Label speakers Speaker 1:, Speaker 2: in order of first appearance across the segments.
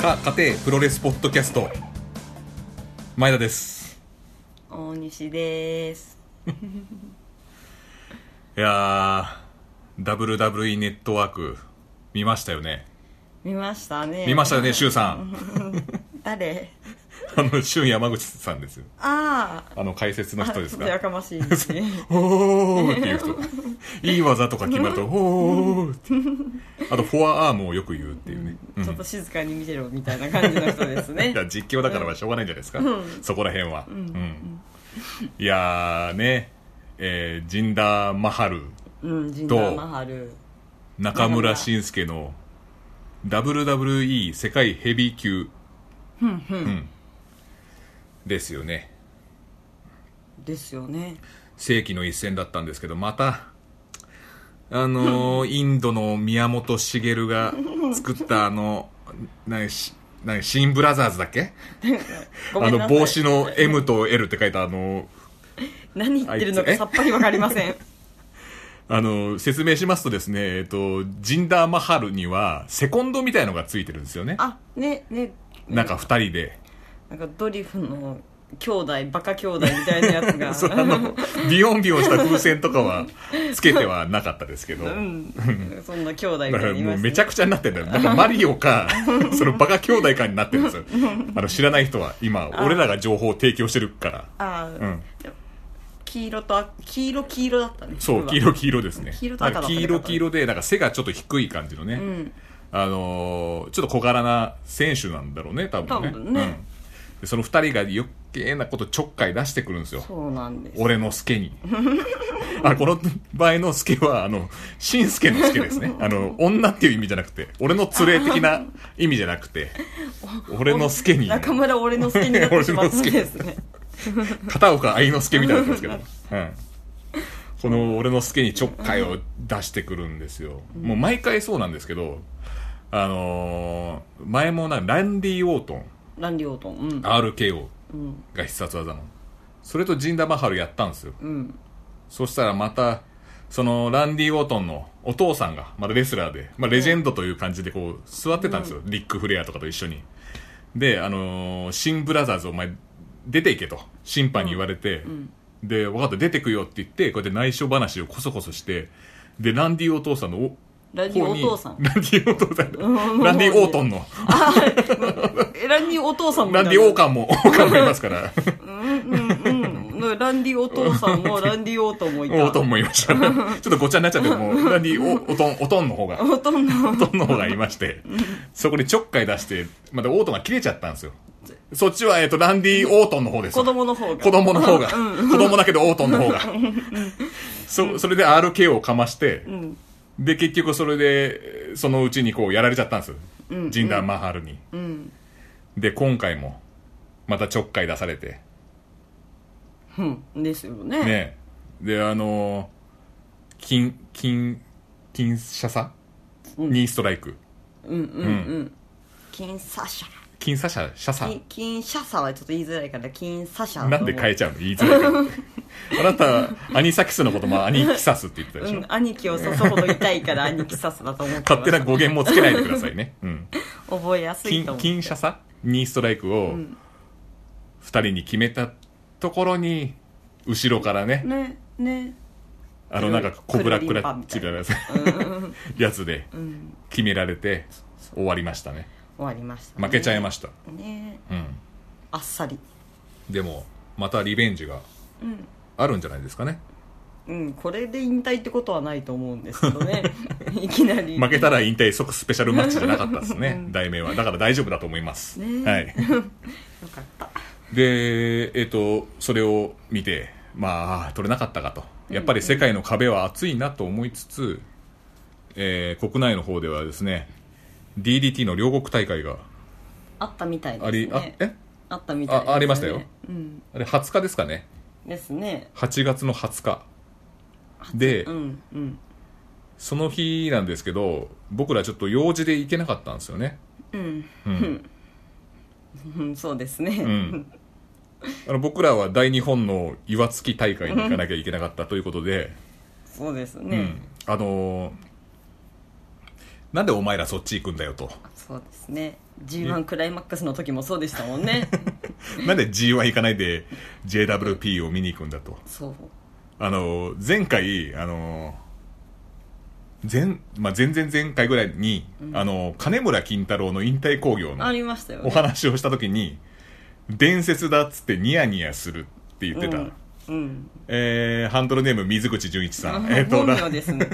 Speaker 1: か家庭プロレスポッドキャスト前田です
Speaker 2: 大西です
Speaker 1: いやー WWE ネットワーク見ましたよね
Speaker 2: 見ましたね
Speaker 1: 見ましたよね柊さん
Speaker 2: 誰
Speaker 1: あの柊山口さんですよ
Speaker 2: ああ
Speaker 1: あの解説の人です
Speaker 2: ちょっとや
Speaker 1: か
Speaker 2: かましいですね
Speaker 1: おーっていう人いい技とか決まるとおーってあとフォアアームをよく言うっていうね、うん
Speaker 2: ちょっと静かに見てろみたいな感じの人ですね
Speaker 1: いや実況だからはしょうがないんじゃないですか、そこら辺は、うんいやーね、えージンダー・マハル
Speaker 2: うんジンダーマハル
Speaker 1: 中村慎介の WWE 世界ヘビー級、うんですよね
Speaker 2: ですよね
Speaker 1: 世紀の一戦だったんですけどまたあ のーインドの宮本茂が作ったあの何し何シン・ブラザーズだっけ
Speaker 2: ご
Speaker 1: あ
Speaker 2: めんなさ
Speaker 1: の
Speaker 2: い
Speaker 1: 帽子の M と L って書いたあの
Speaker 2: 何言ってるの
Speaker 1: あ
Speaker 2: か
Speaker 1: いつえ
Speaker 2: さっぱりわかりません
Speaker 1: あの、説明しますとですね、えっと、ジンダーマハルには、セコンドみたいのがついてるんですよね。
Speaker 2: あねね
Speaker 1: なんか二人で。
Speaker 2: なんかドリフの兄弟バカ兄弟みたいなやつ が
Speaker 1: そうあの、ビヨンビヨンした風船とかは、つけてはなかったですけど。
Speaker 2: うん、そんな兄弟み
Speaker 1: だ
Speaker 2: た
Speaker 1: から
Speaker 2: いにい
Speaker 1: も
Speaker 2: ま
Speaker 1: う
Speaker 2: す、ね、
Speaker 1: めちゃくちゃになってんだよ。なんかマリオ か、そのバカ兄弟かになってるんですよ。あの、知らない人は、今、俺らが情報を提供してるから。
Speaker 2: あー、
Speaker 1: うん
Speaker 2: 黄色とあ黄色黄色だったね
Speaker 1: そう、
Speaker 2: 服が
Speaker 1: 黄色黄色ですね。
Speaker 2: 黄色と
Speaker 1: な
Speaker 2: 赤
Speaker 1: んか
Speaker 2: だった
Speaker 1: 黄
Speaker 2: ね
Speaker 1: 色黄色で、なんか背がちょっと低い感じのね。
Speaker 2: うん
Speaker 1: あのーちょっと小柄な選手なんだろうね、多分ね。
Speaker 2: 多分ね
Speaker 1: うんでその二人が余計なことちょっかい出してくるんですよ。
Speaker 2: そうなんです
Speaker 1: 俺の助に。 あ、この場合の助は、あの、新助の助です ね。あの、女っていう意味じゃなくて、俺の連れ的な意味じゃなくて、俺の助に、
Speaker 2: 中村俺の助になってしまったんですね
Speaker 1: 片岡愛之助みたいにな ってますけど、うん。この俺の助にちょっかいを出してくるんですよ。もう毎回そうなんですけど、あのー前もな、ランディ・オートン。
Speaker 2: ランディオートンうん
Speaker 1: RKO
Speaker 2: うん
Speaker 1: が必殺技のそれとジンダーマハルやったんですよ
Speaker 2: うん
Speaker 1: そしたらまたそのランディ・ウォートンのお父さんが、まあ、レスラーで、まあ、レジェンドという感じでこう座ってたんですよ、リック・フレアとかと一緒にで、あのーシン・ブラザーズお前出ていけと審判に言われて、で分かった出てくよって言ってこうやって内緒話をこそこそしてでランディ・お父さんのお
Speaker 2: ランディお父さ
Speaker 1: 方
Speaker 2: ん
Speaker 1: にランディ・お父さんランディ・オートンの
Speaker 2: えランディお父さんもい
Speaker 1: ラ
Speaker 2: た
Speaker 1: ン
Speaker 2: の
Speaker 1: ディ・オーカンもオーカンもいますから
Speaker 2: うんランディお父さんもランディオートンもい た
Speaker 1: おとんもいました。ちょっとごちゃになっちゃって、もう、何、お、おとん、おとんの方が、
Speaker 2: おとんの
Speaker 1: おとんの方がいまして、そこにちょっかい出して、またオートンが切れちゃったんですよ。そっちは、えっと、ランディ・オートンの方です
Speaker 2: 子
Speaker 1: よ。
Speaker 2: 供の方が
Speaker 1: 子供の方が。子供だけどオートンの方が。そ、それで RK をかまして、で、結局それで、そのうちにこう、やられちゃったんですよ。ジンダー・マハルに。
Speaker 2: うん
Speaker 1: で、今回も、またちょっかい出されて、
Speaker 2: うんですよ ね
Speaker 1: ねであのー金金金シャサ、にストライク
Speaker 2: うんうんうん金サシャ
Speaker 1: 金サシャシャサ
Speaker 2: 金金シャサはちょっと言いづらいから金サシャ
Speaker 1: なんで変
Speaker 2: え
Speaker 1: えちゃうの言いづらいけど あなたアニサキスのこともアニキサスって言ってたでし
Speaker 2: う
Speaker 1: ょ、
Speaker 2: ん兄貴を刺すほど痛いから 兄貴刺すだと思ってま
Speaker 1: 勝手
Speaker 2: した
Speaker 1: な語源もつけないでくださいね、 うん、
Speaker 2: 覚えやすい
Speaker 1: 金
Speaker 2: と思う
Speaker 1: 金シャサにストライクを二人に決めたところに後ろからね
Speaker 2: ねね
Speaker 1: あのなんかコブラクラッチみたいなやつで決められて終わりましたね
Speaker 2: 終わりましたね、
Speaker 1: 負けちゃいました、
Speaker 2: ね
Speaker 1: うん
Speaker 2: あっさり
Speaker 1: でもまたリベンジがあるんじゃないですかね、
Speaker 2: うんこれで引退ってことはないと思うんですけど ねいきなり
Speaker 1: 負けたら引退即スペシャルマッチじゃなかったですね題名はだから大丈夫だと思います、
Speaker 2: ね
Speaker 1: はい、
Speaker 2: よかった
Speaker 1: でえっ、とそれを見てまああー取れなかったかとやっぱり世界の壁は厚いなと思いつつ、えー国内の方ではですね DDT の両国大会が
Speaker 2: あったみたいで
Speaker 1: あ
Speaker 2: す
Speaker 1: り、
Speaker 2: ね
Speaker 1: あえ
Speaker 2: あったみたいですね
Speaker 1: あありましたよ
Speaker 2: うん
Speaker 1: あれ20日ですかね
Speaker 2: ですね
Speaker 1: 8月の20日で、
Speaker 2: うんうん
Speaker 1: その日なんですけど僕らちょっと用事で行けなかったんですよね
Speaker 2: うん
Speaker 1: うん
Speaker 2: うん そうですね、
Speaker 1: うん、あの僕らは大日本の岩槻大会に行かなきゃいけなかったということで、
Speaker 2: そうです
Speaker 1: う
Speaker 2: ね、
Speaker 1: ん、あのーなんでお前らそっち行くんだよと
Speaker 2: そうですね G1 クライマックスの時もそうでしたもんね
Speaker 1: なんで G1 行かないで JWP を見に行くんだと
Speaker 2: そう
Speaker 1: あの前回あの前、まあ、前々前回ぐらいに、あの金村金太郎の引退興行の
Speaker 2: ありましたよ、ね、
Speaker 1: お話をした時に伝説だっつってニヤニヤするって言ってた、
Speaker 2: うん、うん
Speaker 1: えーハンドルネーム水口純一さん、えーと
Speaker 2: 本
Speaker 1: な
Speaker 2: 名です ね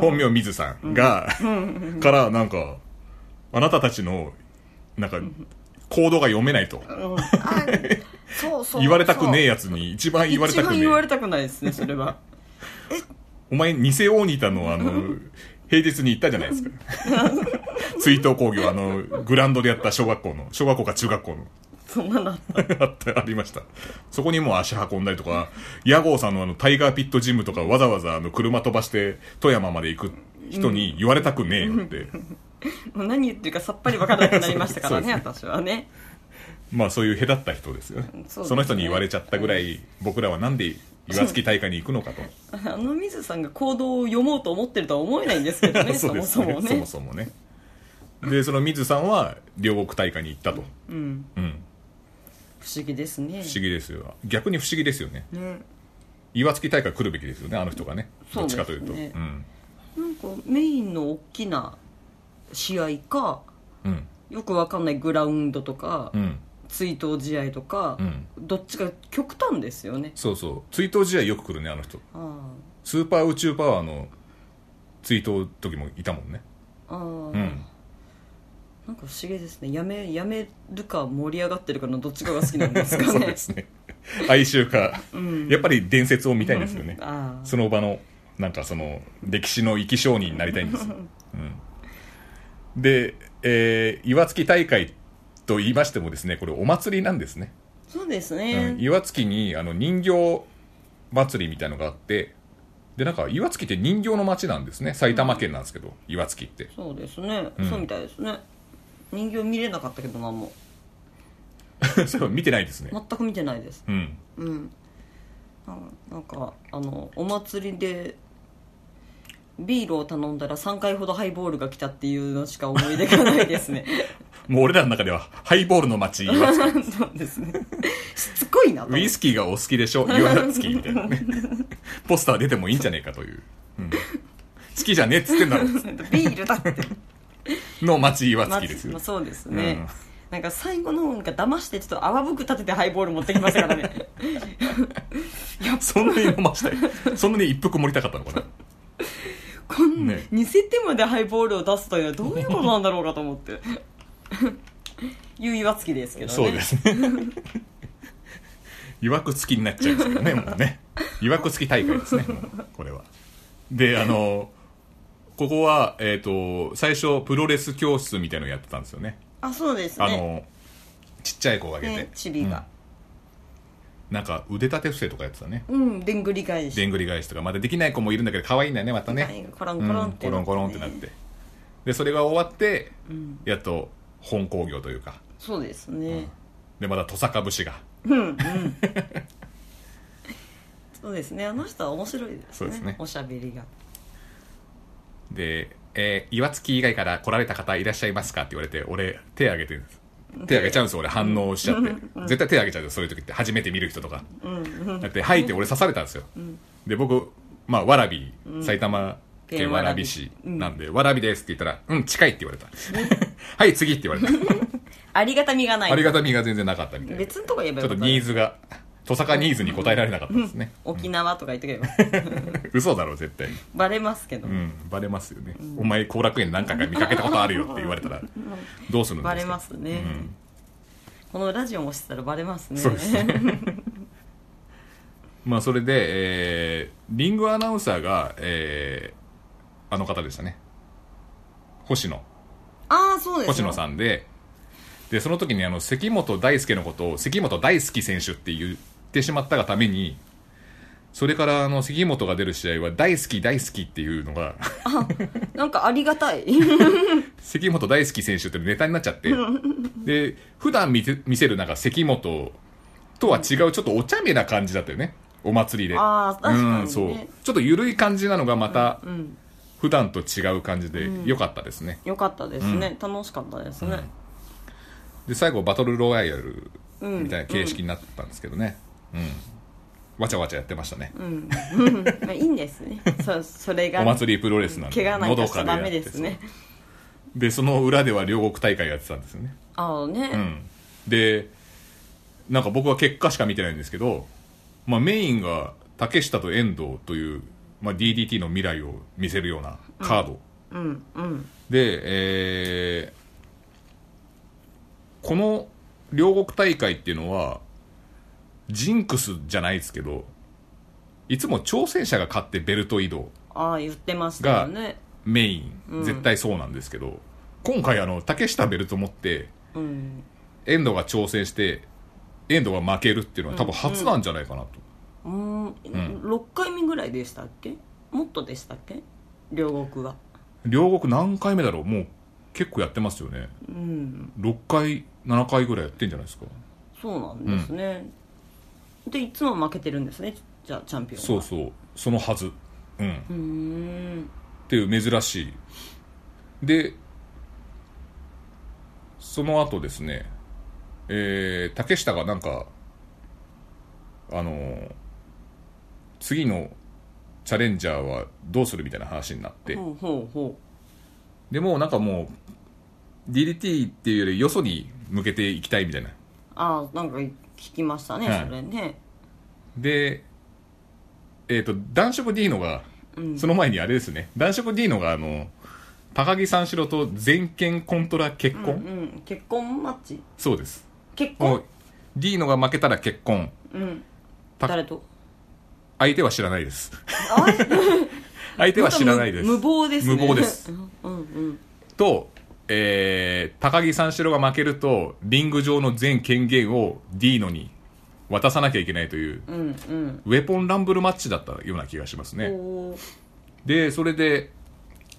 Speaker 1: 本名水さんが、からなんかあなたたちのなんか行動が読めないと
Speaker 2: うんあそうそう
Speaker 1: 言われたくねえ
Speaker 2: や
Speaker 1: やつに一番言われた
Speaker 2: 一
Speaker 1: く
Speaker 2: 番
Speaker 1: ねえ
Speaker 2: 言われたくないですねそれは
Speaker 1: お前偽大仁田のあの平日に行ったじゃないですか追悼工業あのグラウンドでやった小学校の小学校か中学校の
Speaker 2: そんなの
Speaker 1: あったありましたそこにもう足運んだりとか屋号さんのあのタイガーピットジムとかわざわざあの車飛ばして富山まで行く人に言われたくねえよって、
Speaker 2: もう何言ってるかさっぱりわからなくなりましたからね
Speaker 1: そう
Speaker 2: 私はね
Speaker 1: まあそういう隔った人ですよね
Speaker 2: そうです
Speaker 1: そ
Speaker 2: ね
Speaker 1: の人に言われちゃったぐらい僕らはなんで岩槻大会に行くのかと
Speaker 2: あの水さんが行動を読もうと思ってるとは思えないんですけど ね
Speaker 1: そう
Speaker 2: そ
Speaker 1: で
Speaker 2: も
Speaker 1: す
Speaker 2: そもね
Speaker 1: そもそもねでその水さんは両国大会に行ったと、
Speaker 2: うん、
Speaker 1: うん、
Speaker 2: 不思議ですね
Speaker 1: 不思議ですよ逆に不思議ですよね
Speaker 2: ね
Speaker 1: 岩槻大会来るべきですよねあの人がねどっちかというと
Speaker 2: そうです
Speaker 1: う
Speaker 2: ね
Speaker 1: ん
Speaker 2: なんかメインの大きな試合か
Speaker 1: うん
Speaker 2: よくわかんないグラウンドとか、
Speaker 1: うん
Speaker 2: 追悼試合とか
Speaker 1: う、ん
Speaker 2: どっちか極端ですよね
Speaker 1: そうそう追悼試合よく来るねあの人
Speaker 2: あ
Speaker 1: スーパー宇宙パワーの追悼時もいたもんね
Speaker 2: あああ、
Speaker 1: うん
Speaker 2: なんか不思議ですねやめやめるか盛り上がってるかのどっちかが好きなんです か
Speaker 1: そう
Speaker 2: ね
Speaker 1: ですね哀愁か、
Speaker 2: ん
Speaker 1: やっぱり伝説を見たいんですよね
Speaker 2: ああ
Speaker 1: その場のなんかその歴史の生き証人になりたいんですよ、うん、で、えー岩槻大会と言いましてもですねこれお祭りなんですね、
Speaker 2: そうです
Speaker 1: うん、
Speaker 2: ね、
Speaker 1: 岩槻にあの人形祭りみたいのがあってでなんか岩槻って人形の町なんですね埼玉県なんですけど、岩槻って
Speaker 2: そうですね、
Speaker 1: うん
Speaker 2: そうみたいですね人形見れなかったけど何も
Speaker 1: それは見てないですね、
Speaker 2: 全く見てないです
Speaker 1: うん
Speaker 2: うんあなんかあのお祭りでビールを頼んだら3回ほどハイボールが来たっていうのしか思い出がないですね
Speaker 1: もう俺らの中ではハイボールの街岩槻
Speaker 2: そうですねしつこいなと
Speaker 1: ウ
Speaker 2: 思って
Speaker 1: イスキーがお好きでしょ岩槻みた いなねポスター出てもいいんじゃねえかという、うん好きじゃねえっつってんだろ
Speaker 2: ビールだって
Speaker 1: の町岩槻です よ、
Speaker 2: まあそうですね、なんか最後の方が騙してちょっと泡吹く立ててハイボール持ってきましたからね
Speaker 1: そんなに飲ましたいそんなに一服盛りたかったのかな
Speaker 2: こんな、
Speaker 1: ね
Speaker 2: 似せてまでハイボールを出すというのはどういうことなんだろうかと思って いう岩付きですけどね
Speaker 1: そうですね いわくつきになっちゃいますけどねもうねいわくつき大会ですねもうこれはであのここは、えー、と最初プロレス教室みたいのやってたんですよね
Speaker 2: あそうです
Speaker 1: あ
Speaker 2: ね
Speaker 1: のちっちゃい子をあげて、
Speaker 2: ねチビが
Speaker 1: うんなんか腕立て伏せとかやってたね
Speaker 2: うんでんぐり返し
Speaker 1: でんぐり返しとかまだできない子もいるんだけど可愛いんだよねまたね
Speaker 2: はいコロンコロンって
Speaker 1: うんコロンコロンってなってでそれが終わって、
Speaker 2: ん
Speaker 1: やっと本興行というか
Speaker 2: そうですね、
Speaker 1: でまだ土佐株節が
Speaker 2: そうですねあの人は面白いですね
Speaker 1: そうですね
Speaker 2: おしゃべりが
Speaker 1: で、えー岩槻以外から来られた方いらっしゃいますか?」って言われて俺手挙げてるんです手挙げちゃうんです俺反応しちゃって絶対手挙げちゃうんですそういう時って初めて見る人とかだって「はい」って俺刺されたんですよで僕まあ蕨埼玉県蕨市なんで「蕨です」って言ったら「うん近い」って言われた「 はい次」って言われた
Speaker 2: ありがたみがない
Speaker 1: ありがたみが全然なかったみたいなち
Speaker 2: 別のとこ言えば
Speaker 1: ょ
Speaker 2: よ
Speaker 1: っ
Speaker 2: か
Speaker 1: と
Speaker 2: った
Speaker 1: ニーズが土佐かニーズに応えられなかったですね
Speaker 2: 沖縄とか言ってけば
Speaker 1: 嘘だろ絶対に
Speaker 2: バレますけど、
Speaker 1: うん、バレますよね、お前後楽園何回か見かけたことあるよって言われたらどうするんですか
Speaker 2: バレますね、
Speaker 1: うん
Speaker 2: このラジオもしてたらバレますね
Speaker 1: そうですねまあそれで、えーリングアナウンサーが、えーあの方でしたね星野
Speaker 2: ああそうです
Speaker 1: 星野さんででその時にあの関本大輔のことを関本大好き選手って言ってしまったがためにそれからあの関本が出る試合は大好き大好きっていうのが
Speaker 2: んなんかありが たい
Speaker 1: 関本大好き選手ってネタになっちゃって で普段見せ見せるなんか関本とは違うちょっとお茶目な感じだったよねお祭りで
Speaker 2: あー確かにね
Speaker 1: うんそうちょっと緩い感じなのがまた
Speaker 2: うん
Speaker 1: 普段と違う感じで良かったですね、
Speaker 2: よかったですね、楽しかったですね、
Speaker 1: で最後バトルロワイヤルみたいな形式になったんですけどねうん、わちゃわちゃやってましたね、
Speaker 2: うん、うんまあいいんです ねそそれが
Speaker 1: お祭りプロレスなんで
Speaker 2: 怪我なんかしちゃダメ
Speaker 1: やっ
Speaker 2: で
Speaker 1: て
Speaker 2: すね
Speaker 1: そうでその裏では両国大会やってたんですよね
Speaker 2: ああね、
Speaker 1: うん、でなんか僕は結果しか見てないんですけど、まあ、メインが竹下と遠藤という、まあ、DDT の未来を見せるようなカード、
Speaker 2: うんうん
Speaker 1: で、えーこの両国大会っていうのはジンクスじゃないですけどいつも挑戦者が勝ってベルト移動
Speaker 2: ああ言ってましたよね
Speaker 1: メイン、
Speaker 2: うん
Speaker 1: 絶対そうなんですけど今回あの竹下ベルト持って
Speaker 2: うん
Speaker 1: 遠藤が挑戦して遠藤が負けるっていうのは多分初なんじゃないかなと、
Speaker 2: うん、6回目ぐらいでしたっけもっとでしたっけ両国は
Speaker 1: 両国何回目だろうもう結構やってますよね
Speaker 2: うん
Speaker 1: 6回7回ぐらいやってんじゃないですか
Speaker 2: そうなんですね、でいつも負けてるんですねじゃあチャンピオンは
Speaker 1: そうそうそのはずうん、っ
Speaker 2: うーん
Speaker 1: ていう珍しいでその後ですねえー、竹下がなんかあのー次のチャレンジャーはどうするみたいな話になって、
Speaker 2: ほうほうほ
Speaker 1: でもうなんかもう DDT っていうよりよそに向けていきたいみたいな
Speaker 2: うああなんか聞きましたね、
Speaker 1: はい
Speaker 2: それね
Speaker 1: でえっ、と男色ディーノが、その前にあれですね男色ディーノがあの高木三四郎と全権コントラ結婚、
Speaker 2: うん結婚マッチ
Speaker 1: そうです
Speaker 2: 結
Speaker 1: も
Speaker 2: 婚
Speaker 1: うディーノが負けたら結婚
Speaker 2: うん
Speaker 1: た
Speaker 2: 誰と
Speaker 1: 相手は知らないです
Speaker 2: あれ
Speaker 1: 相手は知らないです
Speaker 2: 無謀ですね
Speaker 1: 無謀です
Speaker 2: うんうん
Speaker 1: と、えー高木三四郎が負けるとリング上の全権限をディーノに渡さなきゃいけないという
Speaker 2: うんうん
Speaker 1: ウェポンランブルマッチだったような気がしますね。
Speaker 2: おー
Speaker 1: で、それで、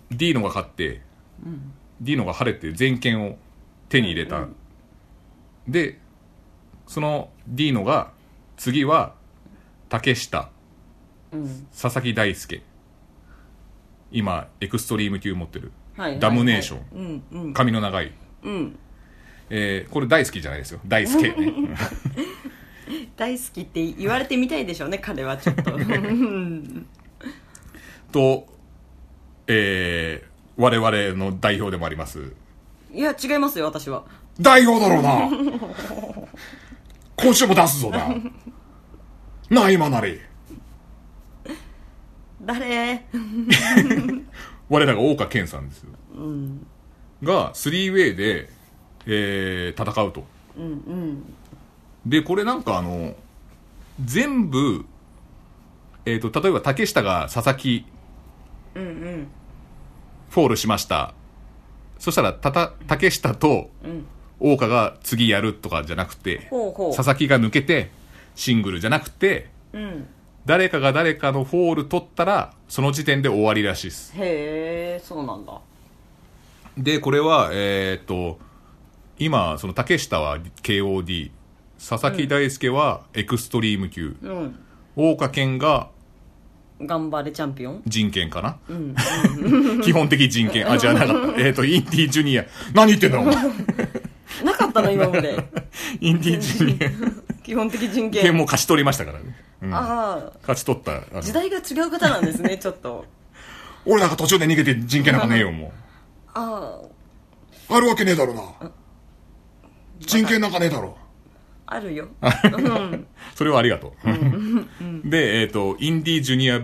Speaker 1: ディーノが勝って、ディーノが晴れて全権を手に入れた。で、そのディーノが、次は、竹下、
Speaker 2: うん
Speaker 1: 佐々木大輔。今、エクストリーム級持ってる。
Speaker 2: はいはい
Speaker 1: ダムネーション。
Speaker 2: ンうんうん
Speaker 1: 髪の長い。
Speaker 2: うん
Speaker 1: えーこれ大好きじゃないですよ。大輔 ね。
Speaker 2: 大好きって言われてみたいでしょうね彼はちょっ とうん
Speaker 1: と、えー我々の代表でもあります、
Speaker 2: いや違いますよ私は
Speaker 1: 代表だろうな今週も出すぞななあ今なり
Speaker 2: 誰
Speaker 1: 我らが大岡健さんですよ、がスリーウェイで、えー戦うと
Speaker 2: うんうん
Speaker 1: でこれなんかあの全部、えー、と例えば竹下が佐々木
Speaker 2: うんうん
Speaker 1: フォールしましたそしたらたた竹下と
Speaker 2: うん
Speaker 1: 大岡が次やるとかじゃなくて
Speaker 2: ほうほう
Speaker 1: 佐々木が抜けてシングルじゃなくて
Speaker 2: うん
Speaker 1: 誰かが誰かのフォール取ったらその時点で終わりらしいです
Speaker 2: へえそうなんだ
Speaker 1: でこれはえーっと今その竹下は KOD 佐々木大輔はエクストリーム級、
Speaker 2: うん
Speaker 1: 大岡健が
Speaker 2: 頑張れチャンピオン
Speaker 1: 人権かな、 基本的人権あじゃあなかったえーっとインディージュニア何言ってんだお前
Speaker 2: なかったの今まで
Speaker 1: インディージュニ
Speaker 2: 基本的人
Speaker 1: ア権
Speaker 2: 権
Speaker 1: も勝ち取りましたからね、うん
Speaker 2: ああ
Speaker 1: 勝ち取ったあの
Speaker 2: 時代が違う方なんですねちょっと
Speaker 1: 俺なんか途中で逃げて人権なんかねえよもう
Speaker 2: ああ
Speaker 1: あるわけねえだろな人権なんかねえだろ
Speaker 2: あるよ
Speaker 1: それはありがとう。 で、えっ、と、インディージュニア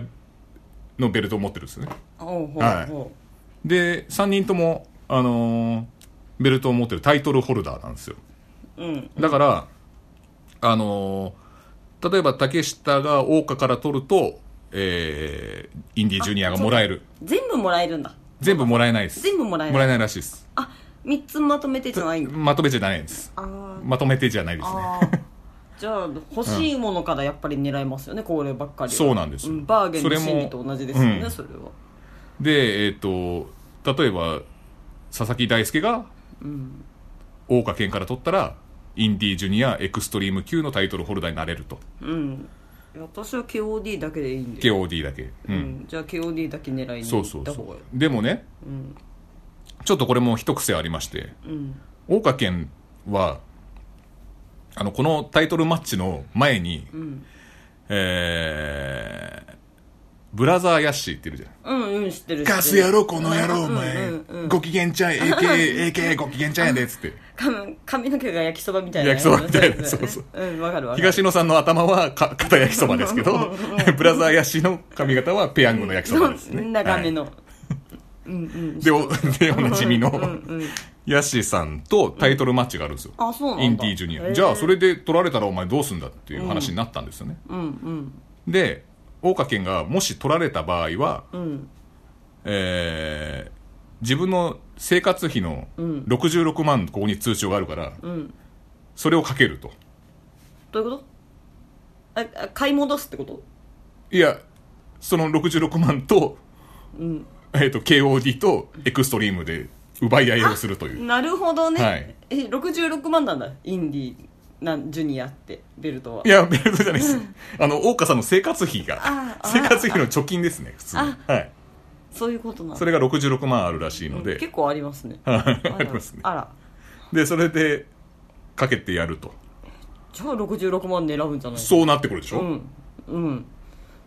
Speaker 1: のベルトを持ってるんですね。
Speaker 2: ほうほう
Speaker 1: は
Speaker 2: ほ
Speaker 1: で、3人とも、あのーベルトを持ってるタイトルホルダーなんですよ。
Speaker 2: ううん
Speaker 1: だから、あのー例えば竹下が大岡から取ると、えーインディージュニアがもらえる。
Speaker 2: 全部もらえるんだ
Speaker 1: 全部もらえないです。
Speaker 2: 全部もらえ
Speaker 1: も
Speaker 2: る
Speaker 1: らえないらしいです。
Speaker 2: あ三3つまとめてじゃないんだ
Speaker 1: まとめじゃないです。
Speaker 2: あー
Speaker 1: まとめてじゃないですね。
Speaker 2: あ ーじゃあ欲しいものからやっぱり狙いますよね、こればっかりは
Speaker 1: そうなんですよ
Speaker 2: んバーゲンの心理と同じですよね
Speaker 1: そ
Speaker 2: それは
Speaker 1: で、えっ、と、例えば、佐々木大輔が、大岡健から取ったら、インディージュニアエクストリーム級のタイトルホルダーになれると。
Speaker 2: うん私は KOD だけでいいんで
Speaker 1: KOD だけ。う。
Speaker 2: うんん、じゃあ KOD だけ狙いに
Speaker 1: そう
Speaker 2: 行
Speaker 1: そ
Speaker 2: っ
Speaker 1: う
Speaker 2: た
Speaker 1: そ
Speaker 2: 方が
Speaker 1: う。でもね、ちょっとこれも一癖ありまして、
Speaker 2: うん
Speaker 1: 大岡健は、あの、このタイトルマッチの前に、
Speaker 2: うん
Speaker 1: えー、ブラザーヤッシーっているじゃん。
Speaker 2: うんうん知ってる
Speaker 1: ガスやろ、この野郎、お
Speaker 2: うん
Speaker 1: 前
Speaker 2: うんうん。
Speaker 1: ご機嫌ちゃん、AK、AK、ご機嫌ちゃんやで、つって。
Speaker 2: 髪髪の毛が焼きそばみたいな
Speaker 1: 焼きそばみたいな
Speaker 2: そう
Speaker 1: そう
Speaker 2: うんわかるわかる
Speaker 1: 東野さんの頭はか片焼きそばですけ ど、ブラザーヤッシーの髪型はペヤングの焼きそばですね。
Speaker 2: 長め
Speaker 1: はい
Speaker 2: の、うんうん
Speaker 1: で、お で、おなじみの、
Speaker 2: うんうん
Speaker 1: ヤッシーさんとタイトルマッチがあるんですよ。
Speaker 2: あそうなんだ
Speaker 1: インディージュニ
Speaker 2: へ
Speaker 1: ア。
Speaker 2: ー
Speaker 1: じゃあ、それで取られたらお前どうすんだっていう話になったんですよね。
Speaker 2: うん
Speaker 1: で、大岡健がもし取られた場合は、
Speaker 2: うんうん
Speaker 1: えー自分の生活費の66万、ここに通帳があるから、
Speaker 2: うん
Speaker 1: それをかけると。
Speaker 2: どういうことああ買い戻すってこと
Speaker 1: いや、その66万と、
Speaker 2: うん
Speaker 1: えっ、と、KOD とエクストリームで奪い合いをするという。
Speaker 2: なるほどね、
Speaker 1: はい
Speaker 2: え66万なんだインディなんジュニアってベルトはい
Speaker 1: や、ベルトじゃないです。あの、大岡さんの生活費が
Speaker 2: あ、あ
Speaker 1: 生活費の貯金ですね、普通に。はい。
Speaker 2: そういうことなんだ
Speaker 1: それが66万あるらしいの
Speaker 2: うん
Speaker 1: で、
Speaker 2: 結構ありますね
Speaker 1: あ
Speaker 2: あら
Speaker 1: りますね。
Speaker 2: あら
Speaker 1: で、それで、かけてやると。
Speaker 2: じゃあ66万狙うんじゃない
Speaker 1: そうなってくるでしょ、
Speaker 2: うんうん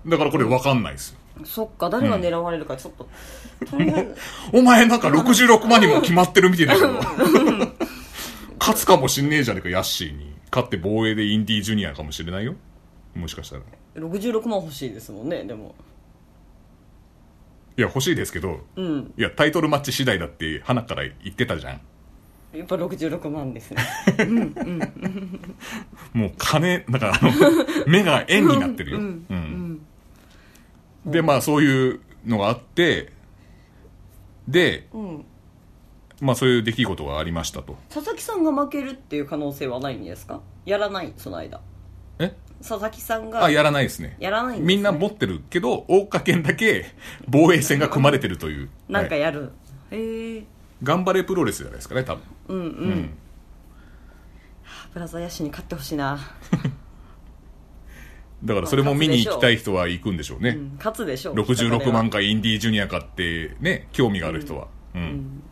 Speaker 1: だからこれ分かんないですよ。
Speaker 2: そっか誰が狙われるかちょっと、とりあえず
Speaker 1: お前なんか66万にも決まってるみたいだけど。勝つかもしんねえじゃねえか、ヤッシーに。勝って防衛でインディージュニアかもしれないよ。もしかしたら。い
Speaker 2: 66万欲しいですもんねでも
Speaker 1: や、欲しいですけど、
Speaker 2: うん
Speaker 1: いや、タイトルマッチ次第だって、花から言ってたじゃん。
Speaker 2: やっぱ66万ですね
Speaker 1: もう金、なんかあの、 目が円になってるよ。うんで、まあそういうのがあって、で、
Speaker 2: うん
Speaker 1: まあそういう出来事がありましたと。
Speaker 2: 佐々木さんが負けるっていう可能性はないんですかやらないその間
Speaker 1: え
Speaker 2: 佐々木さんが
Speaker 1: あ、やらないですね。
Speaker 2: やらないんですね
Speaker 1: みんな持ってるけど、大岡県だけ防衛戦が組まれてるという。
Speaker 2: なんか
Speaker 1: はい
Speaker 2: やる、へえ
Speaker 1: 頑張れプロレスじゃないですかね、多分。
Speaker 2: うんうん、
Speaker 1: ん
Speaker 2: ブラザーヤッシュに勝ってほしいな、
Speaker 1: だからそれも見に行きたい人は行くんでしょう
Speaker 2: う
Speaker 1: ね。
Speaker 2: ん、勝つでしょう
Speaker 1: 66万かインディージュニアかってね、興味がある人は。うん。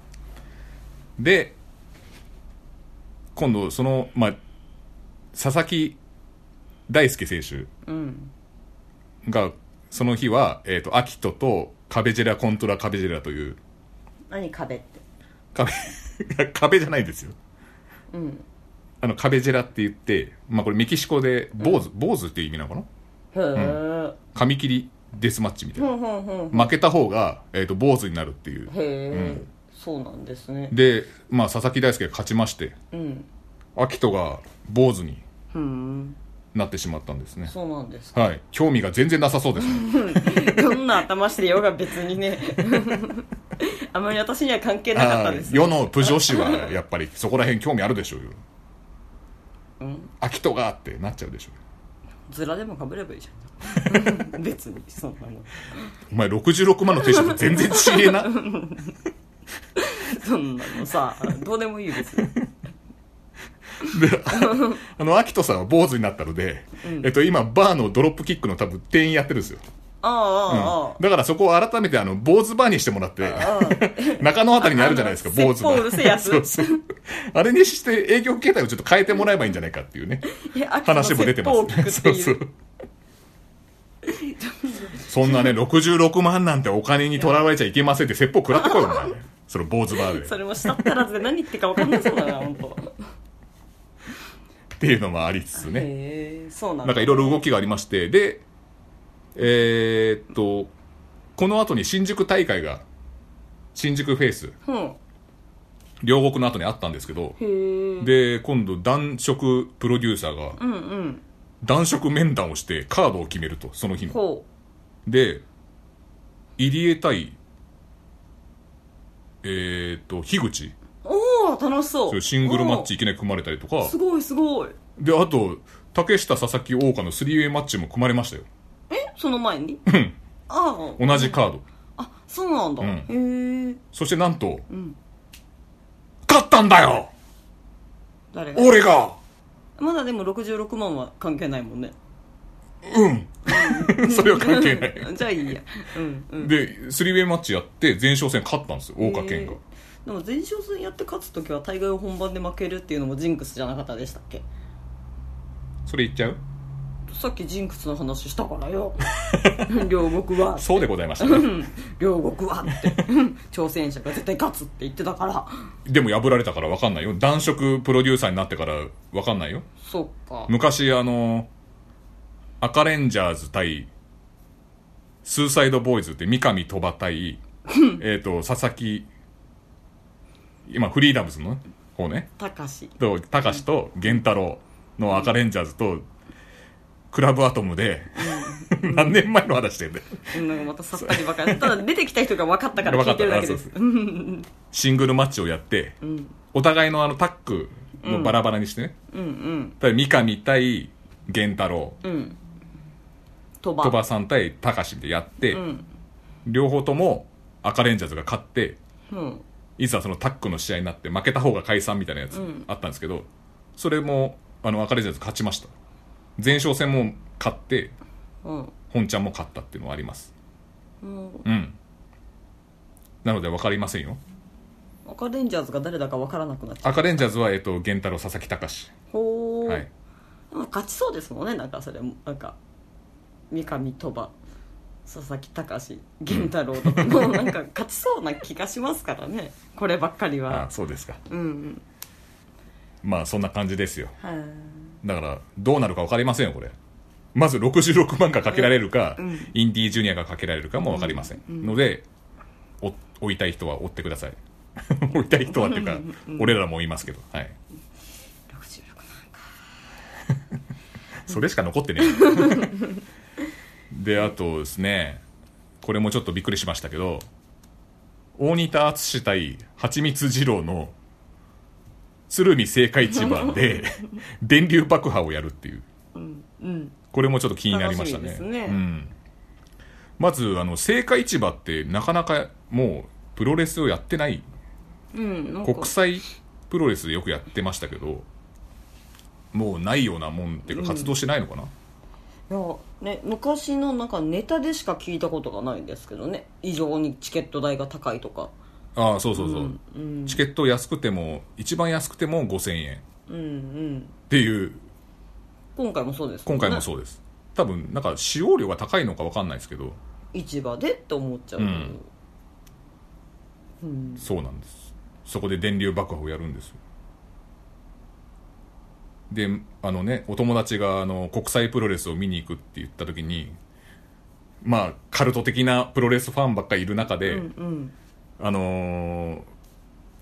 Speaker 1: で、今度その、まあ、佐々木大輔選手
Speaker 2: うん
Speaker 1: が、その日は、えっ、と、アキトとカベジェラコントラカベジェラという、
Speaker 2: 何壁って
Speaker 1: 壁、 壁じゃないですよ。
Speaker 2: うん
Speaker 1: あの、カベジェラって言って、まあこれメキシコで、坊主、坊主っていう意味なのかな
Speaker 2: へえ、
Speaker 1: 紙切りデスマッチみたい
Speaker 2: ふ
Speaker 1: な。
Speaker 2: んふんふん
Speaker 1: 負けた方が、えっ、と、坊主になるっていう。
Speaker 2: へえ、そうなんですね
Speaker 1: で、まあ佐々木大輔が勝ちまして、
Speaker 2: うん
Speaker 1: アキトが坊主に
Speaker 2: ふん
Speaker 1: なってしまったんですね。
Speaker 2: そうなんです
Speaker 1: はい。興味が全然なさそうですね。
Speaker 2: どんな頭してようが別に ねあまり私には関 係なかったです
Speaker 1: 世のプジョ氏はやっぱりそこら辺興味あるでしょうよ。アキトがってなっちゃうでしょ
Speaker 2: ズラでもかぶればいいじゃん 別にそんなもん
Speaker 1: お前66万の T シャツ全然ちげえ な。
Speaker 2: そんなのさどうでもいいですよ
Speaker 1: で、ああの、アキトさんは坊主になったので、えっと、今、バーのドロップキックの多分店員やってるんですよ。
Speaker 2: ああ
Speaker 1: うん
Speaker 2: ああ、ああ
Speaker 1: だからそこを改めて、あの、坊主バーにしてもらって、 中野あたりにあるじゃないですか、
Speaker 2: あの
Speaker 1: 坊主バ
Speaker 2: 説法うるせえや
Speaker 1: ー。
Speaker 2: つ
Speaker 1: そうそう。あれにして営業形態をちょっと変えてもらえばいいんじゃないかって いうね。
Speaker 2: え秋田の
Speaker 1: 話も出てますね。
Speaker 2: 説法
Speaker 1: そ
Speaker 2: を
Speaker 1: うそ
Speaker 2: 聞くっていう
Speaker 1: う。そんなね、66万なんてお金にとらわれちゃいけませんって説法食らってこいよ、お 前。その坊主バーで。
Speaker 2: それもしたったらずで何言ってるか分かんないそうだな本当。
Speaker 1: っていうのもありつつね。
Speaker 2: へえそうなん
Speaker 1: なんかいろいろ動きがありまして、で、えーっと、この後に新宿大会が、新宿フェイス、
Speaker 2: うん
Speaker 1: 両国の後にあったんですけど、
Speaker 2: へえ
Speaker 1: で、今度、男色プロデューサーが、
Speaker 2: うんうん
Speaker 1: 男色面談をして、カードを決めると、その日の。
Speaker 2: ほ
Speaker 1: で、入江対、えーっと、樋口、
Speaker 2: うおお楽し
Speaker 1: そ
Speaker 2: そ
Speaker 1: ういううシングルマッチいきなり組まれたりと
Speaker 2: お
Speaker 1: か
Speaker 2: ー、すごいすごい
Speaker 1: で、あと、竹下、佐々木、大岡の 3way マッチも組まれましたよ。
Speaker 2: その前に
Speaker 1: ん
Speaker 2: ああ
Speaker 1: 同じカード。
Speaker 2: あそうなんだ、
Speaker 1: うん
Speaker 2: へえ
Speaker 1: そしてなんと、
Speaker 2: ん
Speaker 1: 勝ったんだよ
Speaker 2: 誰が
Speaker 1: 俺が
Speaker 2: まだでも66万は関係ないもんね
Speaker 1: うん それは関係 ない。
Speaker 2: じゃあいいやうんうん
Speaker 1: で、スリーウェイマッチやって前哨戦勝ったんですよ、大岡健が
Speaker 2: へー。でも前哨戦やって勝つ時は大概本番で負けるっていうのもジンクスじゃなかったでしたっけ
Speaker 1: それ言っちゃう
Speaker 2: さっきジンクスの話したから よ両国は
Speaker 1: そうでございました、ね、
Speaker 2: 両国はって挑戦者が絶対勝つって言ってたから
Speaker 1: でも破られたから分かんないよ男色プロデューサーになってから分かんないよ
Speaker 2: そっか
Speaker 1: 昔あの赤レンジャーズ対スーサイドボーイズって三上鳥羽対えっと佐々木今フリーダムズの方ね
Speaker 2: たかし
Speaker 1: とたかしと源太郎の赤レンジャーズとクラブアトムで 何年前の話してんだよ
Speaker 2: なんかまたさっぱりばかりただ出てきた人が分かったから聞いてるだけです
Speaker 1: 分かった シングルマッチをやって、お互いのあのタックのバラバラにしてね、
Speaker 2: うんうん
Speaker 1: だから三上対源太郎
Speaker 2: うん鳥
Speaker 1: 鳥
Speaker 2: 羽
Speaker 1: 羽さん対高志でやって、
Speaker 2: ん
Speaker 1: 両方とも赤レンジャーズが勝って
Speaker 2: うん
Speaker 1: いざそのタックの試合になって負けた方が解散みたいなやつあったんですけど、それもあの赤レンジャーズ勝ちました前哨戦も勝って
Speaker 2: うん
Speaker 1: 本ちゃんも勝ったっていうのはあります
Speaker 2: うん
Speaker 1: うんなので分かりませんよ
Speaker 2: 赤レンジャーズが誰だか分からなくなっちゃう
Speaker 1: 赤レンジャーズは、えっと源太郎佐々木隆
Speaker 2: ほー
Speaker 1: はい
Speaker 2: でも勝ちそうですもんねなんかそれもなんか三上鳥羽佐々木隆源太郎とかもうなんか勝ちそうな気がしますからねこればっかり
Speaker 1: あ
Speaker 2: は
Speaker 1: そうですか
Speaker 2: うんうん
Speaker 1: まあそんな感じですよ
Speaker 2: はい
Speaker 1: だからどうなるか分かりませんよこれまず66万がかけられるか、インディージュニアがかけられるかも分かりません、のでお追いたい人は追ってください 追いたい人はっていうか俺らも言いますけどはい
Speaker 2: 66万
Speaker 1: それしか残ってねえであとですねこれもちょっとびっくりしましたけど大仁田淳対蜂蜜二郎の鶴見青果市場 で電流爆破をやるっていう、これもちょっと気になりましたね
Speaker 2: 楽しみですね
Speaker 1: うん、まずあの青果市場ってなかなかもうプロレスをやってない
Speaker 2: うんなんか
Speaker 1: 国際プロレスでよくやってましたけどもうないようなもんっていうか活動してないのかな、
Speaker 2: いやね、昔のなんかネタでしか聞いたことがないんですけどね異常にチケット代が高いとか
Speaker 1: ああそうそうそう、チケット安くても一番安くても5000円っ
Speaker 2: うんうん
Speaker 1: ていう
Speaker 2: 今回もそうです
Speaker 1: 今回も
Speaker 2: う
Speaker 1: そうです、多分なんか使用量が高いのか分かんないですけど
Speaker 2: 市場でって思っちゃう、
Speaker 1: んそうなんですそこで電流爆破をやるんですよであのねお友達があの国際プロレスを見に行くって言った時にまあカルト的なプロレスファンばっかりいる中で、
Speaker 2: うん
Speaker 1: あのー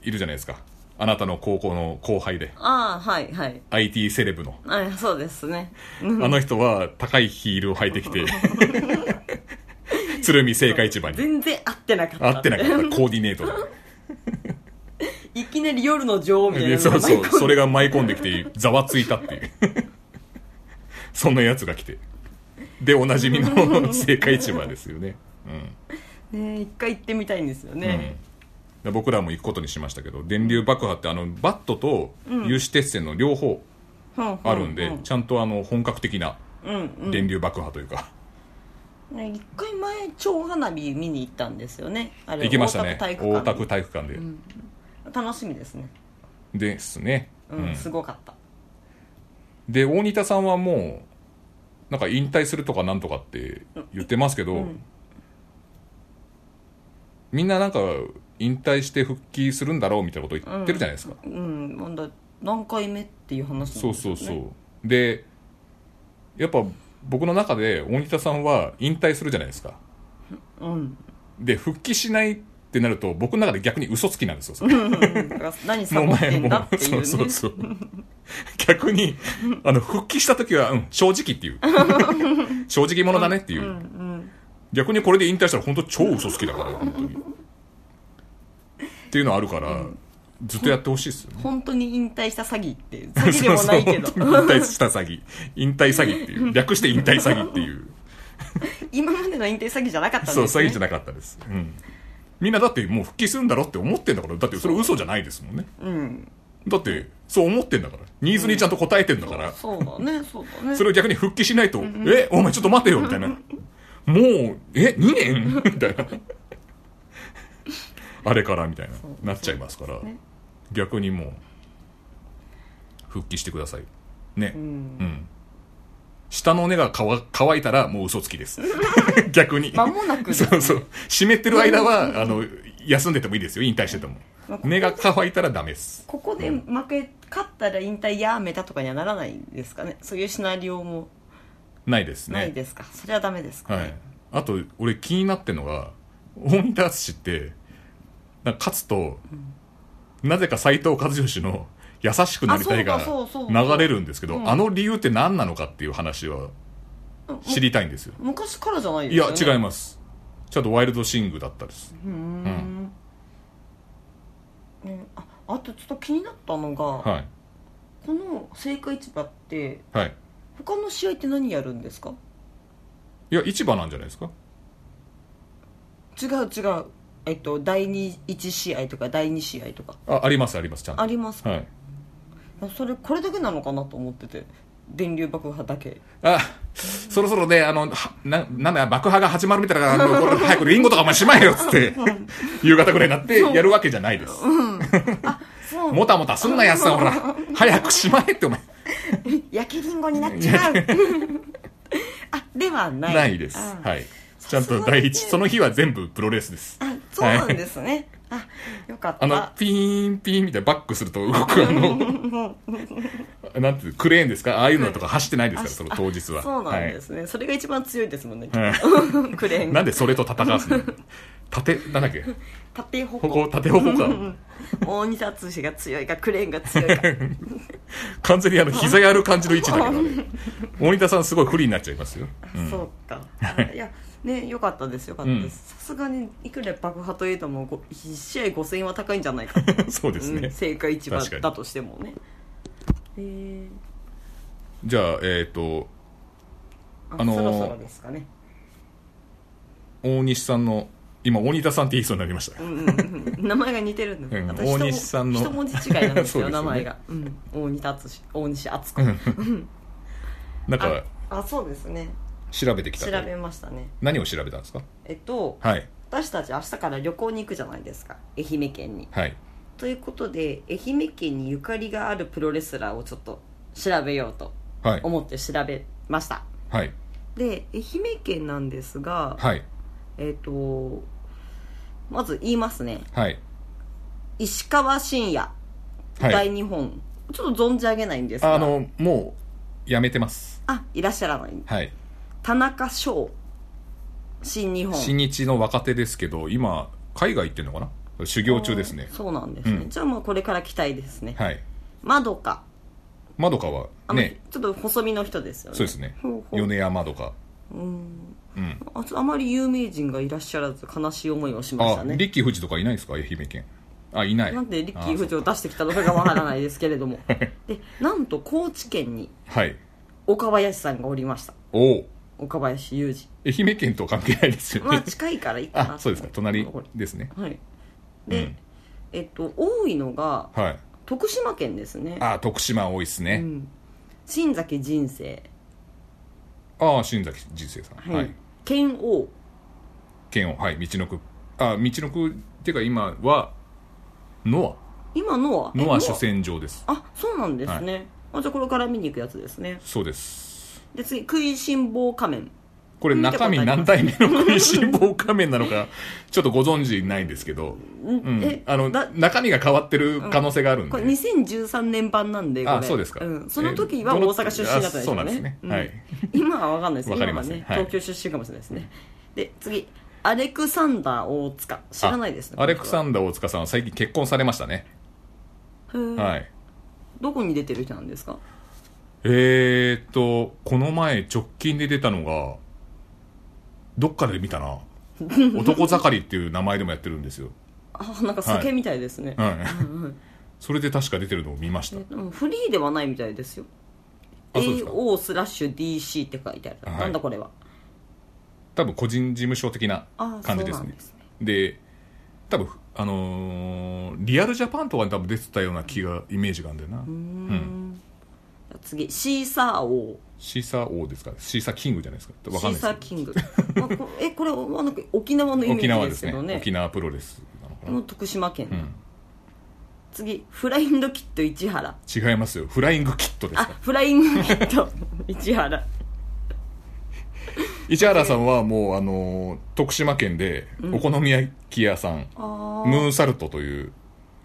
Speaker 1: いるじゃないですかあなたの高校の後輩で
Speaker 2: ああはいはい
Speaker 1: IT セレブの
Speaker 2: あそうですね
Speaker 1: あの人は高いヒールを履いてきて、鶴見青果市場に。
Speaker 2: 全然合ってなかった
Speaker 1: 合ってなかった、コーディネートが。
Speaker 2: いきなり夜の女王みたいなの
Speaker 1: そ
Speaker 2: が
Speaker 1: うそう、
Speaker 2: 舞い込ん
Speaker 1: そ
Speaker 2: で
Speaker 1: れが舞い込んできて、ざわついたっていう。そんな奴が来て。で、おなじ みの青果市場ですよね。
Speaker 2: ね一回行ってみたいんですよ
Speaker 1: うん
Speaker 2: ね、
Speaker 1: で僕らも行くことにしましたけど、電流爆破ってあの、バットと有刺鉄線の両方あるんで、ちゃんとあの、本格的な電流爆破というか、
Speaker 2: ね一回前超花火見に行ったんですよねあれ
Speaker 1: 行きましたね。
Speaker 2: 大田区体
Speaker 1: 大
Speaker 2: 育
Speaker 1: 田区
Speaker 2: 館
Speaker 1: 体育館で。
Speaker 2: 楽しみですね
Speaker 1: ですね。
Speaker 2: うん、すごかった
Speaker 1: で大仁田さんはもうなんか引退するとかなんとかって言ってますけど、みんななんか引退して復帰するんだろうみたいなこと言ってるじゃないですか、
Speaker 2: うんなんだ何回目っていう話なんです
Speaker 1: そう
Speaker 2: よね
Speaker 1: そうそうでやっぱ僕の中で大仁田さんは引退するじゃないですか
Speaker 2: うん
Speaker 1: で復帰しないってなると僕の中で逆に嘘つきなんですよそれ
Speaker 2: うんだから何サボってんだっていう
Speaker 1: そ
Speaker 2: ね
Speaker 1: うそうそう逆にあの復帰した時は、うん、正直っていう正直者だねっていう、逆にこれで引退したら本当超嘘つきだから本当にっていうのはあるから、ずっとやってほしいですよね
Speaker 2: 本当に引退した詐欺っていう詐欺でもないけど
Speaker 1: そうそう本当に引退した詐欺引退詐欺っていう略して引退詐欺っていう
Speaker 2: 今までの引退詐欺じゃなかったんです、
Speaker 1: そう
Speaker 2: ね、
Speaker 1: 詐欺じゃなかったです、うん、みんなだってもう復帰するんだろって思ってんだからだってそれ嘘じゃないですもんね
Speaker 2: うん
Speaker 1: だってそう思ってんだからニーズにちゃんと応えてんだから、
Speaker 2: そうだねそうだね
Speaker 1: それを逆に復帰しないと、え、お前ちょっと待 てよ、みたいな。もう、え、2年みたいな。あれからみたいな
Speaker 2: そう
Speaker 1: なっちゃいますから、
Speaker 2: ね
Speaker 1: 逆にもう復帰してくださいね
Speaker 2: う
Speaker 1: うん、
Speaker 2: ん
Speaker 1: 下の根が乾乾いたらもう嘘つきです 逆に
Speaker 2: 間もなくですね
Speaker 1: そうそう湿ってる間はあ の休んでてもいいですよ引退してても
Speaker 2: まあここ
Speaker 1: 根が乾いたらダメです
Speaker 2: ここで負け勝ったら引退やめたとかにはならないんですかねそういうシナリオも
Speaker 1: ないですね
Speaker 2: ないですか、それはダメですか、
Speaker 1: はい、あと俺気になってるのが大仁田淳ってなんか勝つと、なぜか斎藤和義の「優しくなりたい」が
Speaker 2: あそうかそうそうそ
Speaker 1: 流
Speaker 2: う
Speaker 1: れるんですけどあ
Speaker 2: うん
Speaker 1: の理由って何なのかっていう話は
Speaker 2: うん
Speaker 1: 知りたいんですよ、
Speaker 2: 昔からじゃないで
Speaker 1: い
Speaker 2: す
Speaker 1: や
Speaker 2: よ、ね、
Speaker 1: 違いますちょっとワイルドシングだったです
Speaker 2: うーん、ね、ああとちょっと気になったのが、
Speaker 1: は
Speaker 2: この青果市場って
Speaker 1: いはい
Speaker 2: 他の試合って何やるんですか
Speaker 1: いや市場なんじゃないですか
Speaker 2: 違う違うえっと第1試合とか第2試合とか
Speaker 1: あありますありますちゃんと
Speaker 2: ありますか、
Speaker 1: はい
Speaker 2: それこれだけなのかなと思ってて電流爆破だけ
Speaker 1: あそろそろね、あの、はな、なんだ、爆破が始まるみたいな、あのこれ早くリンゴとかお前しまえよっつ って、夕方ぐらいになってやるわけじゃないです。
Speaker 2: そう
Speaker 1: もたもたすんなやつさん、 ほら。早くしまえって、お前。
Speaker 2: 焼きりんごになっちゃう あではない
Speaker 1: ないです。
Speaker 2: あ
Speaker 1: はい。ちゃ
Speaker 2: さ
Speaker 1: ん
Speaker 2: すが
Speaker 1: と
Speaker 2: に
Speaker 1: 第一、その日は全部プロレスです。
Speaker 2: あそうなんですね、あよかっ
Speaker 1: あの
Speaker 2: た、
Speaker 1: ピーンピーンみたいなバックすると動く、あの、 なんていう、クレーンですかああいうのとか走ってないですから、その当日は。
Speaker 2: そうなんですね、それが一番強いですもんね、 クレー
Speaker 1: はい
Speaker 2: ン
Speaker 1: な
Speaker 2: が
Speaker 1: んでそれと戦わす の縦、なんだっけ
Speaker 2: 縦方
Speaker 1: こ
Speaker 2: 向
Speaker 1: こ、縦方向か。
Speaker 2: 大仁田淳が強いかクレーンが強いか
Speaker 1: 完全にあの膝やる感じの位置だけどね森田さんすごい不利になっちゃいますよ、うん
Speaker 2: そう かいやね良かったですよかったですさすがにいくら爆破といえどもご1試合5000円は高いんじゃないか
Speaker 1: そう です
Speaker 2: う
Speaker 1: ね
Speaker 2: ん、正解一番
Speaker 1: 確かに
Speaker 2: だとしてもねえー
Speaker 1: じゃあえっ、と
Speaker 2: あ
Speaker 1: あのー
Speaker 2: そろそろですかね
Speaker 1: 大西さんの今大仁田さんって言いそうになりました、
Speaker 2: うんうんうん名前が似てるんだ、
Speaker 1: うん
Speaker 2: 私と
Speaker 1: 大西さんの
Speaker 2: 一文字違いなんです
Speaker 1: そうですよ
Speaker 2: よ
Speaker 1: ね
Speaker 2: 名前が、うん、大西敦大西 敦子
Speaker 1: なんか
Speaker 2: ああそうですね
Speaker 1: 調べてきた
Speaker 2: 調
Speaker 1: と
Speaker 2: べましたね
Speaker 1: 何を調べたんですか
Speaker 2: えっと
Speaker 1: はい
Speaker 2: 私たち明日から旅行に行くじゃないですか愛媛県に
Speaker 1: はい
Speaker 2: ということで愛媛県にゆかりがあるプロレスラーをちょっと調べようと
Speaker 1: はい
Speaker 2: 思って調べました
Speaker 1: はい
Speaker 2: で愛媛県なんですが、
Speaker 1: はい
Speaker 2: えっ、とまず言いますね
Speaker 1: はい
Speaker 2: 石川真也、
Speaker 1: は
Speaker 2: 大
Speaker 1: い
Speaker 2: 日本ちょっと存じ上げないんですが
Speaker 1: あのもうやめてます
Speaker 2: あいらっしゃらない
Speaker 1: はい
Speaker 2: 田中翔新日本
Speaker 1: 新日の若手ですけど今海外行ってるのかな修行中ですね
Speaker 2: そうなんですね、
Speaker 1: うん
Speaker 2: じゃあもうこれから期待ですね
Speaker 1: はい
Speaker 2: まどか
Speaker 1: まどかは
Speaker 2: あの
Speaker 1: ね
Speaker 2: ちょっと細身の人ですよね
Speaker 1: そうですね
Speaker 2: ほうほう
Speaker 1: 米山まどか
Speaker 2: うん
Speaker 1: うん
Speaker 2: ああまり有名人がいらっしゃらず悲しい思いをしました
Speaker 1: あ、
Speaker 2: ね
Speaker 1: リッキー富士とかいないですか愛媛県。あ、いない。
Speaker 2: なんでリッキー
Speaker 1: あ
Speaker 2: 夫人を出してきたのかがわからないですけれ どもでなんと高知県に
Speaker 1: はい。
Speaker 2: 岡林さんがおりました
Speaker 1: おお。
Speaker 2: 岡林雄 二
Speaker 1: 愛媛県とは関係ないですよ
Speaker 2: まあ
Speaker 1: ね。
Speaker 2: 近いからいいか な
Speaker 1: あ、そうですか。隣
Speaker 2: これ
Speaker 1: ですね。
Speaker 2: はい
Speaker 1: うん
Speaker 2: で、えっと多いのが
Speaker 1: はい。
Speaker 2: 徳島県ですね
Speaker 1: あ、徳島多いです
Speaker 2: う
Speaker 1: ね。
Speaker 2: ん、新崎人生
Speaker 1: あ、新崎人生さん。
Speaker 2: は
Speaker 1: は
Speaker 2: い、
Speaker 1: い。
Speaker 2: 剣王
Speaker 1: 県を、はい。道のく。あ、道のく、っていうか今は、ノ
Speaker 2: 今のは
Speaker 1: ア。ノア主戦場です。
Speaker 2: あそうなんですね、あじゃあこれから見に行くやつですね
Speaker 1: そうです。
Speaker 2: で次食いしん坊仮面
Speaker 1: これ
Speaker 2: 見たこと
Speaker 1: 中身
Speaker 2: あります
Speaker 1: 何代目の食いしん坊仮面なのか、ちょっとご存知ないんですけど、うん
Speaker 2: え
Speaker 1: あの、
Speaker 2: だ
Speaker 1: 中身が変わってる可能性があるんで。
Speaker 2: これ2013年版なんでこれ
Speaker 1: あそうですか
Speaker 2: ん、その時は
Speaker 1: えーどの
Speaker 2: 大阪出身だったんで
Speaker 1: あ
Speaker 2: し
Speaker 1: そう
Speaker 2: ょう
Speaker 1: なんです
Speaker 2: ね
Speaker 1: ね
Speaker 2: うん
Speaker 1: はい
Speaker 2: 今は分かんないです
Speaker 1: わかりません
Speaker 2: 今は
Speaker 1: は
Speaker 2: ね
Speaker 1: い
Speaker 2: 東京出身かもしれないですね、で次アレクサンダー大塚知らないですね
Speaker 1: あアレクサ
Speaker 2: ン
Speaker 1: ンダー大塚さんは最近結婚されましたね、はい
Speaker 2: どこに出てる人なんですか
Speaker 1: えー、っとこの前直近で出たのがどっかで見た な男盛りっていう名前でもやってるんですよ、
Speaker 2: あなんか酒みたいですね、
Speaker 1: はい、それで確か出てるのを見ました
Speaker 2: えうんフリーではないみたいですよ
Speaker 1: あそうですか
Speaker 2: AO スラッシュ DC って書いてある、
Speaker 1: はい
Speaker 2: なんだこれは
Speaker 1: 多分個人事務所的な
Speaker 2: あー
Speaker 1: 感じです
Speaker 2: そうな
Speaker 1: ね
Speaker 2: んですね
Speaker 1: で多分あのーリアルジャパンとかに多分出てたような気がイメージがあるんだよな、
Speaker 2: 次シーサー王
Speaker 1: シーサー王ですかシーサーキングじゃないですかわ
Speaker 2: シ
Speaker 1: かんな
Speaker 2: ー
Speaker 1: いです
Speaker 2: サ
Speaker 1: け
Speaker 2: ー
Speaker 1: ど
Speaker 2: キング、まあこえこれはなんか沖縄のイメ
Speaker 1: 沖
Speaker 2: ー
Speaker 1: 縄
Speaker 2: ジ
Speaker 1: で
Speaker 2: です
Speaker 1: す
Speaker 2: け
Speaker 1: ね
Speaker 2: どね
Speaker 1: 沖縄プロレスなのか
Speaker 2: この徳島県、
Speaker 1: ん
Speaker 2: 次フラインドキット市原
Speaker 1: な違いますよフライングキットです
Speaker 2: あ
Speaker 1: から
Speaker 2: フライングキット 市原
Speaker 1: 市原さんはもうあのー徳島県でお好み焼き屋さん、
Speaker 2: あ
Speaker 1: ム
Speaker 2: ー
Speaker 1: ーンサルトという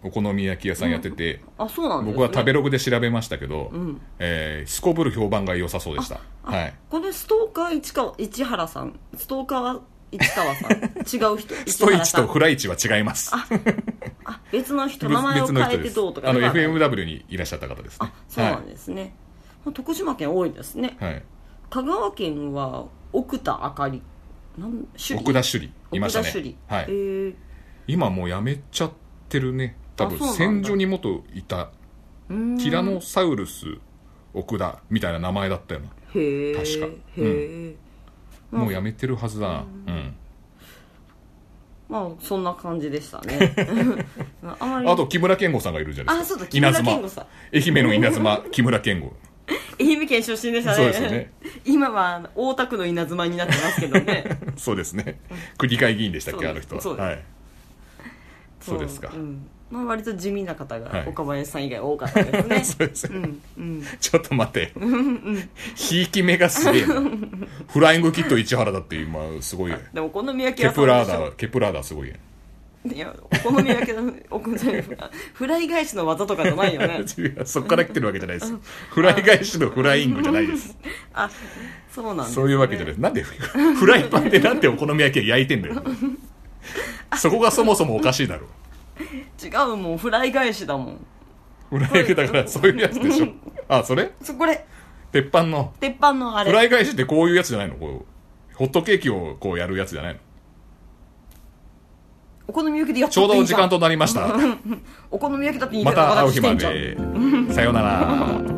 Speaker 1: お好み焼き屋さんやってて、
Speaker 2: あそうなんです、ね、
Speaker 1: 僕は食べログで調べましたけど、
Speaker 2: ん
Speaker 1: えーすこぶる評判が良さそうでしたはい
Speaker 2: これストーカー市川市原さんストーカー市川 さん違う人
Speaker 1: ストイ
Speaker 2: 原
Speaker 1: チ
Speaker 2: さん
Speaker 1: とフライチは違います
Speaker 2: あ別の人
Speaker 1: 別
Speaker 2: 名前を
Speaker 1: 別の人
Speaker 2: 変え
Speaker 1: で
Speaker 2: て
Speaker 1: す
Speaker 2: どうとか
Speaker 1: あの
Speaker 2: ではない
Speaker 1: FMW にいらっしゃった方ですね
Speaker 2: あそうなんですね、徳島県多いですね
Speaker 1: はい、はい、
Speaker 2: 香川県は奥田あかりなん首
Speaker 1: 奥田朱里いましたね
Speaker 2: 奥田首里
Speaker 1: は
Speaker 2: え
Speaker 1: い、
Speaker 2: ー
Speaker 1: 今もうやめちゃってるね多分
Speaker 2: あそうな
Speaker 1: 戦
Speaker 2: んだ
Speaker 1: 場に元いた
Speaker 2: うーん
Speaker 1: ティラノサウルス奥田みたいな名前だったよな
Speaker 2: へえ
Speaker 1: 確かうん
Speaker 2: へえ、
Speaker 1: もうやめてるはずだなうん
Speaker 2: まあそんな感じでした ねあまり
Speaker 1: あと木村健吾さんがいるじゃないで
Speaker 2: あ
Speaker 1: す
Speaker 2: そ
Speaker 1: か
Speaker 2: うだ木村健吾
Speaker 1: 稲
Speaker 2: さん
Speaker 1: 妻愛媛の稲妻木村健吾
Speaker 2: 愛媛県出身でしたね
Speaker 1: そうですよね
Speaker 2: 今は大田区の稲妻になってますけどね
Speaker 1: そうですね区議会議員でしたっけ
Speaker 2: そう
Speaker 1: あの人は
Speaker 2: そうです
Speaker 1: はい そうですか
Speaker 2: んまあ、割と地味な方
Speaker 1: は
Speaker 2: が
Speaker 1: い
Speaker 2: 岡林さん以外多かったですね、
Speaker 1: そうですね
Speaker 2: うんうん
Speaker 1: ちょっと待てひいき目がすげ えなフライングキット市原だって今すごい
Speaker 2: でもお好み焼き
Speaker 1: ケ
Speaker 2: 屋さん
Speaker 1: プラーダケプラーダすごいね
Speaker 2: いやお好み焼きの お好み焼きのフライ返しの技とかじゃないよ ね
Speaker 1: いやそっから来てるわけじゃないですフライ返しのフライングじゃないです
Speaker 2: あそうなんです、ね、
Speaker 1: そういうわけじゃないなんで フライパンでなんでお好み焼き焼いてんだよそこがそもそもおかしいだろ
Speaker 2: 違うもんフライ返しだもん
Speaker 1: フライ焼きだからそういうやつでしょあそれ
Speaker 2: そこれ
Speaker 1: 鉄板の
Speaker 2: 鉄板のあ
Speaker 1: フ
Speaker 2: れ
Speaker 1: ライ返しってこういうやつじゃないのこうホットケーキをこうやるやつじゃないの
Speaker 2: お好み焼きでやっ
Speaker 1: ちょうどお時間
Speaker 2: と
Speaker 1: となりました
Speaker 2: お好み焼きだっていいか
Speaker 1: ま
Speaker 2: ら
Speaker 1: た会う日
Speaker 2: 私して
Speaker 1: ま
Speaker 2: んじゃん
Speaker 1: でさようなら